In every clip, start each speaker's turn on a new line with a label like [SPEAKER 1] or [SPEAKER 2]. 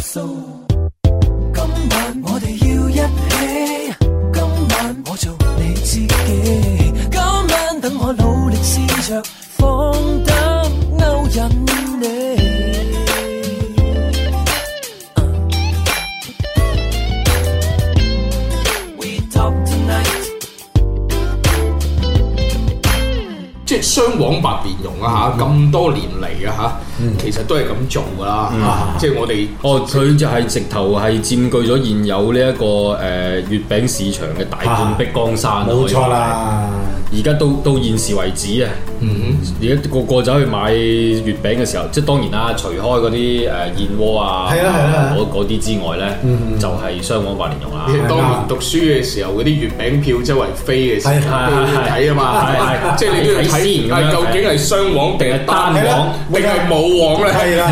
[SPEAKER 1] 數。今晚我哋要一起，今晚我做你知己。今晚等我努力試着放膽勾引你。We talk tonight。
[SPEAKER 2] 即係雙往白蓮蓉啊嚇，咁多年嚟啊嚇，其實都係咁做噶啦，啊即係我哋
[SPEAKER 3] 哦，佢就係直頭係佔據咗現有呢、一個誒、呃、月餅市場嘅大半壁江山啊。
[SPEAKER 4] 冇錯啦，
[SPEAKER 3] 可以話。而家到到現時為止啊，而家個個走去買月餅嘅時候，即係當然啦，除開嗰啲誒燕窩啊，
[SPEAKER 4] 係啊係啊
[SPEAKER 3] 嗰嗰啲之外咧，就係啊雙黃白蓮蓉啦。
[SPEAKER 2] 你當年讀書嘅時候，嗰啲月餅票周圍飛嘅時候，
[SPEAKER 4] 係係
[SPEAKER 2] 都要睇啊嘛，
[SPEAKER 3] 係 係
[SPEAKER 2] 即係你都要
[SPEAKER 3] 睇先
[SPEAKER 2] 睇
[SPEAKER 3] 咁樣啊
[SPEAKER 2] 係究竟係雙黃定係單
[SPEAKER 3] 係
[SPEAKER 2] 黃
[SPEAKER 3] 啦，
[SPEAKER 2] 定係冇黃咧？
[SPEAKER 4] 係啦，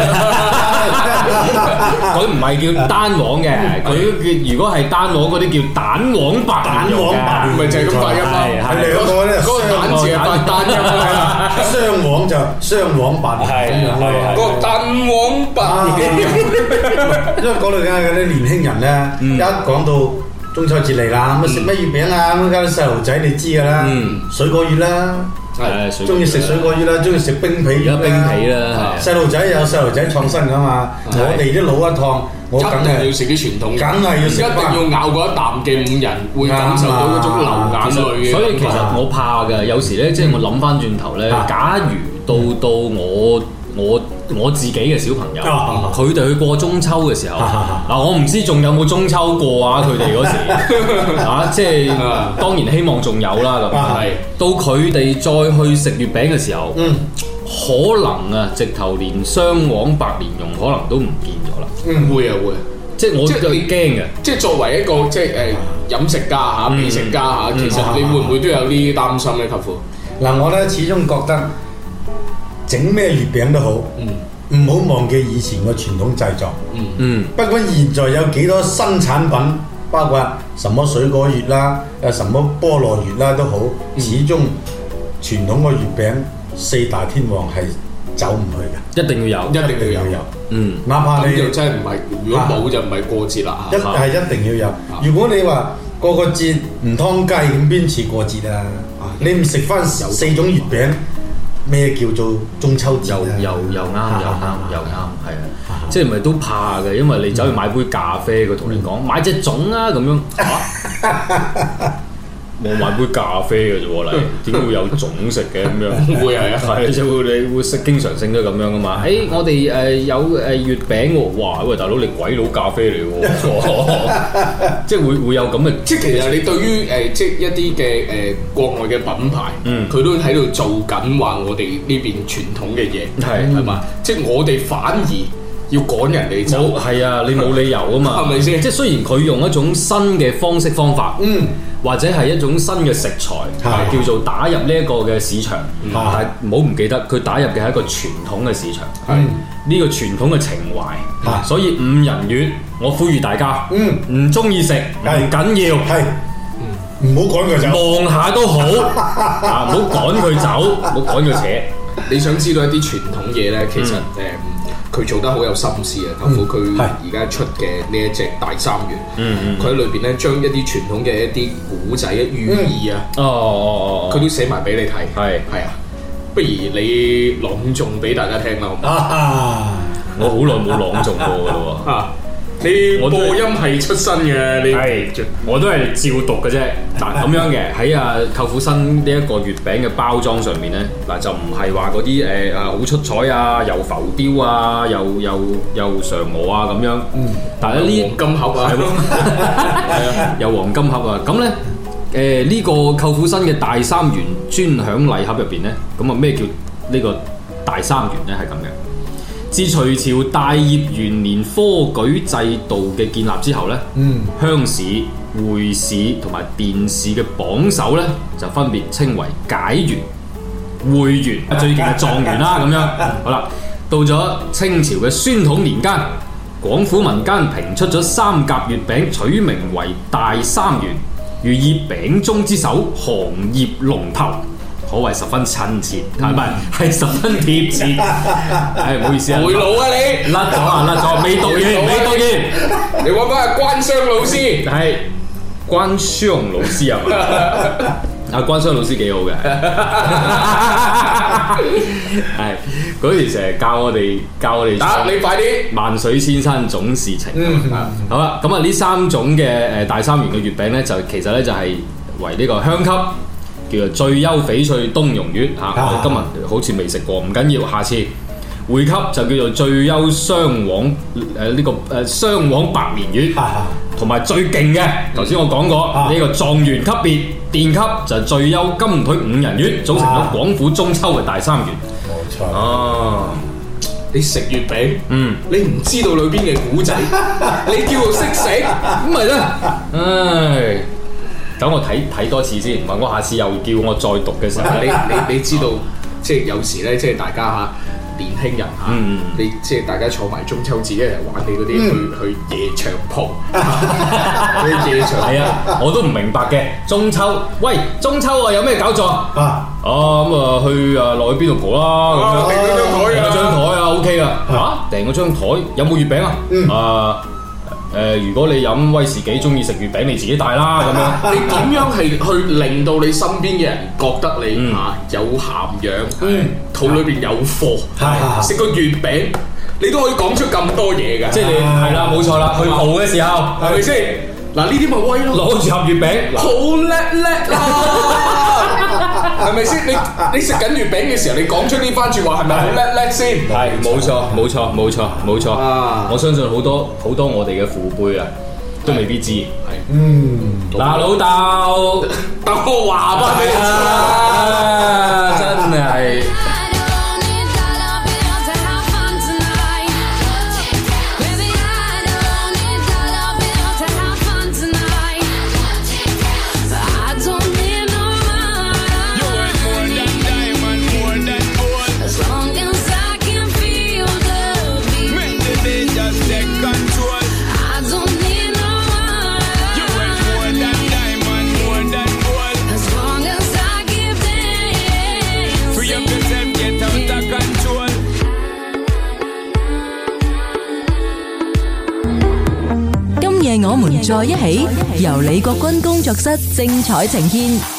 [SPEAKER 3] 佢唔係叫單黃嘅，
[SPEAKER 2] 啊
[SPEAKER 3] 佢叫如果係單黃嗰啲叫蛋黃白蓮蓉
[SPEAKER 4] 蛋黃白
[SPEAKER 3] 嘅
[SPEAKER 4] 蓮。
[SPEAKER 2] 咪就係咁發音
[SPEAKER 3] 係
[SPEAKER 2] 咯
[SPEAKER 3] 係。
[SPEAKER 4] 兩個咧
[SPEAKER 2] 嗰個單字係發單音啦，
[SPEAKER 4] 雙黃就雙黃白
[SPEAKER 3] 係
[SPEAKER 4] 咁樣咯
[SPEAKER 3] 係係
[SPEAKER 2] 嗰個蛋黃
[SPEAKER 4] 啊
[SPEAKER 2] 白蓮蓉。
[SPEAKER 4] 因為嗰度梗係嗰啲年輕人
[SPEAKER 3] 嗯
[SPEAKER 4] 咧，一講到中秋節嚟啦，咁啊食乜月餅啊，咁梗係細路仔你知㗎啦
[SPEAKER 3] 嗯，
[SPEAKER 4] 水果月啦，
[SPEAKER 3] 係
[SPEAKER 4] 中意食水果月啦，中意食冰皮
[SPEAKER 3] 而
[SPEAKER 4] 月
[SPEAKER 3] 家
[SPEAKER 4] 啦，啊
[SPEAKER 3] 冰皮啦，係啊
[SPEAKER 4] 細路仔有細路仔創新㗎嘛，我哋啲老一燙，我
[SPEAKER 2] 一
[SPEAKER 4] 梗
[SPEAKER 2] 定要
[SPEAKER 4] 係
[SPEAKER 2] 食啲傳統嘢，
[SPEAKER 4] 梗係要食
[SPEAKER 2] 一定要咬過一啖嘅五仁，會感受到嗰種流眼淚嘅。
[SPEAKER 3] 所以其實我怕嘅，有時咧，即係我諗翻轉頭咧，
[SPEAKER 4] 嗯啊嗯
[SPEAKER 3] 假如到到我我我自己嘅小朋友，
[SPEAKER 4] 啊
[SPEAKER 3] 佢哋去過中秋嘅時候，
[SPEAKER 4] 啊
[SPEAKER 3] 嗱我唔知仲有冇中秋過啊？佢哋嗰 時啊，即係
[SPEAKER 2] 啊
[SPEAKER 3] 當然希望仲有啦咁。
[SPEAKER 4] 啊
[SPEAKER 2] 係
[SPEAKER 3] 到佢哋再去食月餅嘅時候，
[SPEAKER 4] 嗯
[SPEAKER 3] 可能啊，直頭連雙黃白蓮蓉可能都唔見咗啦。
[SPEAKER 4] 嗯
[SPEAKER 2] 會啊會啊，
[SPEAKER 3] 即係我
[SPEAKER 2] 即係
[SPEAKER 3] 就
[SPEAKER 2] 你
[SPEAKER 3] 驚嘅。
[SPEAKER 2] 即係作為一個即係誒飲食家嚇、美食家嚇，其實你會唔會都有呢啲擔心咧，舅父？
[SPEAKER 4] 嗱，我咧始終覺得整咩月餅都好，
[SPEAKER 2] 嗯
[SPEAKER 4] 唔好忘記以前個傳統製作。
[SPEAKER 2] 嗯
[SPEAKER 3] 嗯，
[SPEAKER 4] 不管現在有幾多新產品，包括什麼水果月啦，有什麼菠蘿月啦都好，
[SPEAKER 2] 嗯
[SPEAKER 4] 始終傳統個月餅四大天王係走唔去
[SPEAKER 3] 一定要有。
[SPEAKER 2] 一定要有。
[SPEAKER 3] 嗯，
[SPEAKER 4] 嘅，哪怕
[SPEAKER 2] 咁
[SPEAKER 4] 你
[SPEAKER 2] 就
[SPEAKER 4] 一
[SPEAKER 2] 真係唔係，如果冇就唔係過節啦嚇。
[SPEAKER 4] 係一定要有。如果你話個個節唔湯雞咁，邊似過節啊？你唔食翻四種月餅，咩叫做中秋節
[SPEAKER 3] 又
[SPEAKER 4] 啊？
[SPEAKER 3] 又又啱又啱又啱，係啊！即係咪都怕嘅？因為你走去買杯咖啡，佢同你
[SPEAKER 2] 嗯
[SPEAKER 3] 講買隻種啊咁樣嚇我買杯咖啡嘅 啫喎，你點會有種食嘅咁樣？
[SPEAKER 2] 會係啊啊
[SPEAKER 3] 係就會你會識經常性都係咁樣噶嘛？誒，我哋誒有誒月餅喎，哇！喂，大佬你鬼佬咖啡嚟 喎， 即係會會有咁嘅
[SPEAKER 2] 即係其實你對於誒、呃即係一啲嘅誒國外嘅品牌，佢、
[SPEAKER 3] 嗯
[SPEAKER 2] 都喺度做緊話我哋呢邊傳統嘅嘢，
[SPEAKER 3] 係
[SPEAKER 2] 係嘛？即係我哋反而要趕人哋
[SPEAKER 3] 冇
[SPEAKER 2] 走，
[SPEAKER 3] 係啊，你冇理由啊嘛，
[SPEAKER 2] 係咪先
[SPEAKER 3] 即係雖然佢用一種新嘅方式方法，
[SPEAKER 4] 嗯，
[SPEAKER 3] 或者係一種新嘅食材，
[SPEAKER 4] 係
[SPEAKER 3] 係叫做打入呢一個嘅市場，
[SPEAKER 4] 係
[SPEAKER 3] 但係唔好唔記得佢打入嘅係一個傳統嘅市場，
[SPEAKER 2] 係
[SPEAKER 3] 呢個傳統嘅情
[SPEAKER 4] 係
[SPEAKER 3] 懷，所以五仁月，我呼籲大家，
[SPEAKER 4] 嗯
[SPEAKER 3] 唔中意食唔
[SPEAKER 4] 係
[SPEAKER 3] 緊要。
[SPEAKER 4] 係唔好趕佢走。
[SPEAKER 3] 望下都 好，啊唔好趕佢走，唔好趕佢扯，
[SPEAKER 2] 你想知道一啲傳統嘢咧，其實誒
[SPEAKER 3] 嗯
[SPEAKER 2] 佢、做得好有心思啊！包括佢
[SPEAKER 4] 係
[SPEAKER 2] 而家出嘅呢一隻大三元，
[SPEAKER 3] 嗯
[SPEAKER 2] 佢喺裏邊咧將一啲傳統嘅一啲古仔嘅寓意啊，
[SPEAKER 3] 哦哦哦
[SPEAKER 2] 佢、
[SPEAKER 3] 哦，
[SPEAKER 2] 都寫埋俾你睇，
[SPEAKER 3] 係
[SPEAKER 2] 係啊！不如你朗誦俾大家聽啦，好唔好？
[SPEAKER 4] 啊！
[SPEAKER 3] 我好耐冇朗誦過噶咯喎。
[SPEAKER 2] 啊，你
[SPEAKER 3] 我都係
[SPEAKER 2] 播音係出身嘅，你
[SPEAKER 3] 係，我都係照讀嘅啫。嗱咁樣嘅喺啊舅父新呢一個月餅嘅包裝上面咧，嗱就唔係話嗰啲誒啊好出彩啊，又浮雕啊，又又又嫦娥啊咁樣。但係咧呢
[SPEAKER 2] 黃金盒啊
[SPEAKER 3] 係，喎有黃金盒啊，咁咧。誒呢、個舅父新嘅大三元專享禮盒入邊咧，咁啊咩叫呢個大三元咧？係咁嘅。自隋朝大業元年科舉制度嘅建立之後咧，
[SPEAKER 4] 嗯
[SPEAKER 3] 鄉試、會試同埋殿試嘅榜首咧，就分別稱為解元、會元，最勁嘅狀元啦咁樣。好啦，到咗清朝嘅宣統年間，廣府民間評出咗三甲月餅，取名為大三元，寓意餅中之首，行業龍頭。可謂十分親切，係咪？係十分貼切。唉，唔好意思啊，
[SPEAKER 2] 回老啊你。
[SPEAKER 3] 甩咗啊，甩咗，未讀完，未讀完。
[SPEAKER 2] 你揾翻阿關商老師，
[SPEAKER 3] 係關舒紅老師 係嘛？啊，關商老師幾好嘅，係嗰時成日教我哋教我哋
[SPEAKER 2] 打你嗯快啲。
[SPEAKER 3] 萬水千山總是情。啊好啦，咁啊呢三種嘅誒大三元嘅月餅咧，就其實咧就係為呢個鄉級叫做最優翡翠冬蓉月
[SPEAKER 2] 啊
[SPEAKER 3] 嚇。我哋今日好似未食過，唔緊要，下次。會級就叫做最優雙黃誒呢個誒雙黃白蓮月
[SPEAKER 4] 啊啊，
[SPEAKER 3] 同埋最勁嘅，頭先我講過
[SPEAKER 4] 啊
[SPEAKER 3] 呢個狀元級別電級就係最優金腿五人月，組成咗
[SPEAKER 4] 啊
[SPEAKER 3] 廣府中秋嘅大三元。
[SPEAKER 4] 冇錯。
[SPEAKER 3] 哦，
[SPEAKER 2] 你食月餅，
[SPEAKER 3] 嗯，
[SPEAKER 2] 你唔知道裏邊嘅古 仔，你叫我識食，
[SPEAKER 3] 咁咪咧，唉，等我睇睇多次先，唔係我下次又叫我再讀嘅時候
[SPEAKER 2] 你
[SPEAKER 3] 咧，
[SPEAKER 2] 你你知道，即係有時咧，即係大家嚇年輕人嚇，
[SPEAKER 3] 嗯
[SPEAKER 2] 你即係大家坐埋中秋節一齊玩你嗰啲、去去夜場 蒲，去夜場
[SPEAKER 3] 係啊，我都唔明白嘅。中秋，喂，中秋啊，有咩搞作？啊，
[SPEAKER 4] 啊，
[SPEAKER 3] 咁啊，去啊落去邊度蒲啦？
[SPEAKER 2] 啊，
[SPEAKER 3] 咁樣
[SPEAKER 2] 你嗰張
[SPEAKER 3] 訂
[SPEAKER 2] 台
[SPEAKER 3] 咗張台
[SPEAKER 2] 啊，
[SPEAKER 3] 啊，OK 啦。嚇，訂咗張台，有冇月餅啊？
[SPEAKER 2] 嗯
[SPEAKER 3] 啊，誒，如果你飲威士忌，中意食月餅，你自己帶啦，咁 樣。
[SPEAKER 2] 你點樣係去令到你身邊嘅人覺得你
[SPEAKER 3] 嗯
[SPEAKER 2] 嚇有涵養，肚裏邊有貨
[SPEAKER 4] 係係，係
[SPEAKER 2] 食個月餅，你都可以講出咁多嘢㗎，
[SPEAKER 3] 即係你係啦，冇錯啦，去蒲嘅時候，
[SPEAKER 2] 係咪先？嗱，呢啲咪威咯。
[SPEAKER 3] 攞住盒月餅，
[SPEAKER 2] 好
[SPEAKER 3] 嗱
[SPEAKER 2] 叻叻 啦，係咪先？你你食緊月餅嘅時候，你講出呢番説話係咪好叻叻先？
[SPEAKER 3] 係冇錯，冇錯，冇錯，冇錯。
[SPEAKER 2] 啊
[SPEAKER 3] 我相信好多好多我哋嘅父輩啊，都未必知。
[SPEAKER 4] 嗯，
[SPEAKER 3] 嗱，老豆，
[SPEAKER 2] 等我話翻你知
[SPEAKER 3] 啊真係
[SPEAKER 5] I don't need dollar bills to have fun tonight. Baby, I don't need dollar bills to have fun tonight. I don't need no As long as I can feel the beat, I don't need no As long as I keep dancing.
[SPEAKER 6] Control.
[SPEAKER 7] Hôm nay, tôi cùng nhau ở cùng, từ Lý Quốc Quân công tác室精彩呈現.